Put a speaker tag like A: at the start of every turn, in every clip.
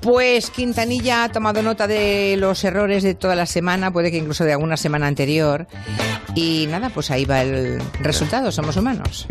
A: Pues Quintanilla ha tomado nota de los errores de toda la semana, puede que incluso de alguna semana anterior. Y nada, pues ahí va el resultado, somos humanos.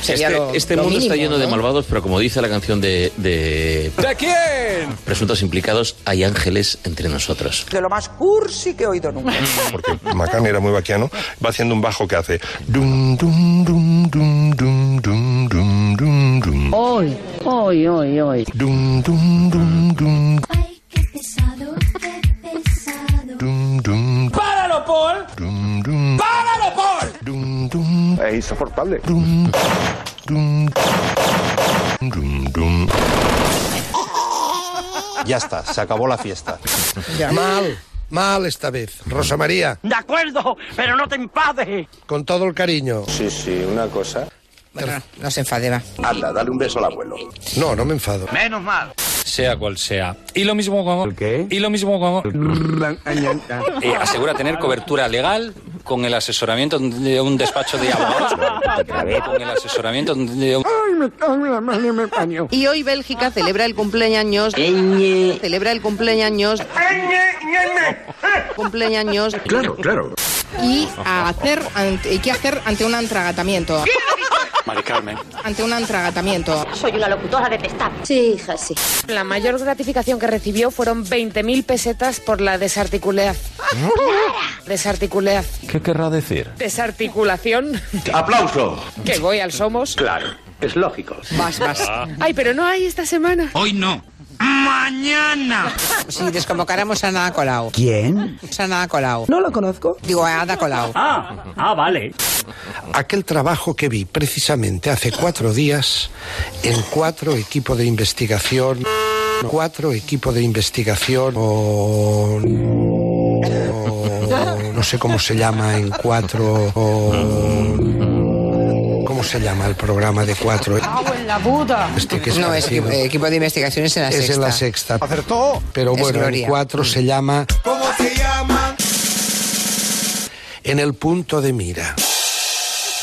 B: Este,
A: Sería lo-
B: este
A: lo
B: mundo está
A: mínimo,
B: lleno de
A: ¿no?
B: malvados, pero como dice la canción de, de
C: ¿De quién?
B: presuntos implicados, hay ángeles entre nosotros.
D: De lo más cursi que he oído nunca.
E: porque McCartney era muy vaquiano, va haciendo un bajo que hace dum dum dum dum dum dum dum dum dum
F: Hoy, hoy, hoy, hoy.
E: dum dum dum dum
G: Ay, qué pesado, qué pesado.
E: dum dum
C: ¡Páralo, Paul!
E: dum dum
C: ¡Páralo, Paul!
E: dum dum
H: Es insoportable.
E: dum dum dum dum
I: Ya está, se acabó la fiesta.
J: Mal, mal esta vez. Rosa María,
D: De acuerdo, pero no te enfades.
J: con todo el cariño.
I: Sí, sí, una cosa.
A: Bueno, no se enfadeba.
I: Anda, dale un beso al abuelo.
J: No, no me enfado.
C: Sea cual sea. Y lo mismo con... ¿El qué? Y lo mismo con... Eh, asegura tener cobertura legal con el asesoramiento de un despacho de abogados. Con el asesoramiento de un...
F: Y hoy Bélgica celebra el cumpleaños. Celebra el cumpleaños. Cumpleaños.
I: Claro, claro.
K: y a hacer ante- y qué hacer ante un antragatamiento.
I: Mari Carmen.
K: Ante un antragatamiento.
G: Soy una locutora detestable. Sí, hija, sí.
F: La mayor gratificación que recibió fueron 20.000 pesetas por la desarticulez. Desarticulez.
B: ¿Qué querrá decir?
F: Desarticulación.
I: ¡Aplauso!
F: Que voy al Somos.
I: Claro, es lógico. Ah.
A: Vas, vas.
F: Ay, pero no hay esta semana.
A: Si desconvocáramos a Ana Colau.
J: ¿Quién?
A: Ana Colau.
D: No lo conozco.
A: Digo, a Ada Colau.
J: Aquel trabajo que vi precisamente hace cuatro días en cuatro equipos de investigación. Cuatro equipos de investigación o. o- no sé cómo se llama en cuatro. o- ¿Cómo se llama el programa de cuatro? Este que es
A: No, es
J: parecido.
A: equipo, eh, equipo de investigaciones en la
J: es
A: sexta.
J: en la sexta.
I: ¿Acertó?
J: Pero
A: Es
J: bueno, en
A: Gloria. Mm.
J: cuatro se llama
C: ¿Cómo se llaman?
J: En el punto de mira.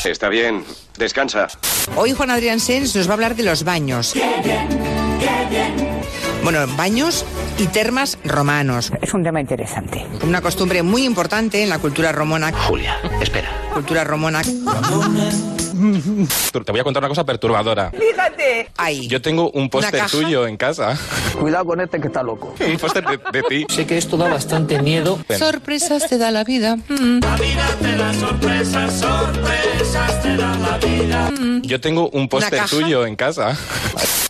H: Está bien, descansa.
A: Hoy Juan Adrián Sens nos va a hablar de los baños. Bueno, baños y termas romanos.
D: Es un tema interesante.
A: Una costumbre muy importante en la cultura romana.
B: Julia, espera.
A: Cultura romana.
C: Te voy a contar una cosa perturbadora.
D: Fíjate.
A: Ahí.
C: Yo tengo un póster
A: caja?
C: tuyo en casa.
D: Cuidado con este que está loco.
C: Un póster de, de ti.
B: Sé que esto da bastante miedo.
A: Sorpresas te da la vida. Mm.
C: Yo tengo un póster
A: caja?
C: tuyo en casa.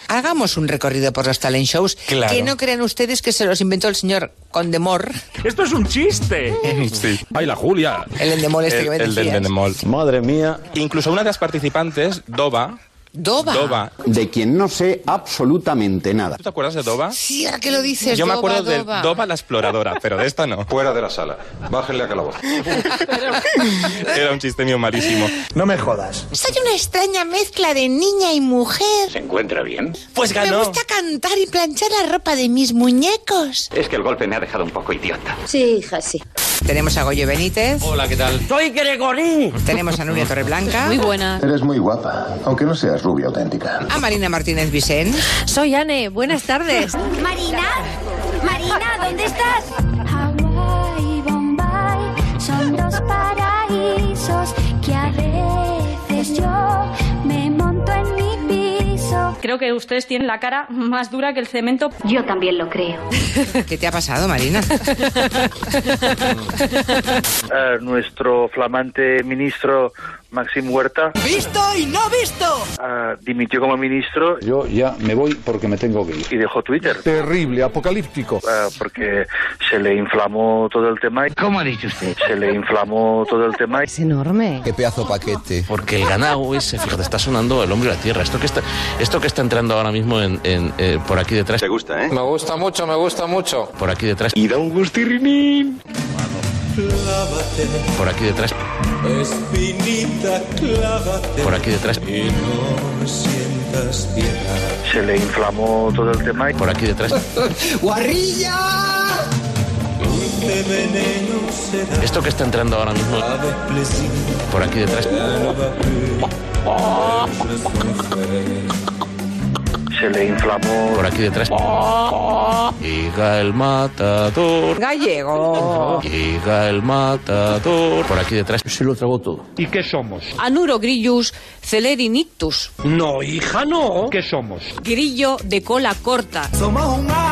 A: Hagamos un recorrido por los talent shows.
C: Claro.
A: Que no crean ustedes que se los inventó el señor Condemor.
C: Esto es un chiste. Sí. Ay, la Julia.
A: El endemol este que me
C: El, el del
A: decías.
C: endemol.
I: Madre mía.
C: Incluso una de las participantes, Doba.
A: Doba.
C: Doba.
I: De quien no sé absolutamente nada.
C: ¿Tú te acuerdas de Doba?
A: Sí, ¿a qué lo dices?
C: Yo me
A: Doba,
C: acuerdo
A: Doba.
C: de Doba la exploradora, pero de esta no.
H: Fuera de la sala. Bájenle a calabozo.
C: Era un chiste mío malísimo.
I: No me jodas.
A: Soy una extraña mezcla de niña y mujer.
I: ¿Se encuentra bien?
C: Pues
A: Me
C: ganó.
A: gusta cantar y planchar la ropa de mis muñecos.
I: Es que el golpe me ha dejado un poco idiota.
G: Sí, hija, sí.
A: Tenemos a Goyo Benítez,
B: Hola, ¿qué tal?
D: Soy Gregorín.
A: tenemos a Nuria Torreblanca,
F: buena.
H: Eres muy guapa, aunque no seas rubia auténtica.
A: a Marina Martínez Vicent.
F: Soy Anne. Buenas tardes.
G: Marina, Marina, ¿dónde estás? Hawái y Bombay son dos paraísos que a veces yo me monto en mi piso.
F: Creo que ustedes tienen la cara más dura que el cemento.
G: Yo también lo creo.
A: ¿Qué te ha pasado, Marina?
I: nuestro flamante ministro Maxim Huerta Ah,
D: Visto y no visto.
I: dimitió como ministro
H: Yo ya me voy porque me tengo que ir.
I: y dejó Twitter Ah,
H: Terrible, apocalíptico.
I: porque se le inflamó todo el tema. ¿Cómo ha dicho usted? Se le inflamó todo el tema.
F: Es enorme.
I: Qué pedazo paquete.
B: Porque el ganado ese, fíjate, está sonando el hombre y la tierra. Esto que está, esto que está entrando ahora mismo en, en, eh, por aquí detrás,
H: Te gusta, ¿eh?
C: Me gusta mucho, me gusta mucho.
B: por aquí detrás,
H: Y da un gustirrinín.
B: por aquí detrás,
C: Espinita clávate.
B: por aquí detrás,
I: Se le inflamó todo el tema.
B: por aquí detrás. Esto que está entrando ahora mismo por aquí detrás.
I: se le inflamó.
B: Por aquí detrás. Llega el matador.
A: Gallego.
B: Llega el matador. Por aquí detrás. Se lo tragó todo. ¿Y qué somos?
L: Anuro grillus celerinictus.
B: No, hija, no. ¿Qué somos?
L: Grillo de cola corta.
D: Somos un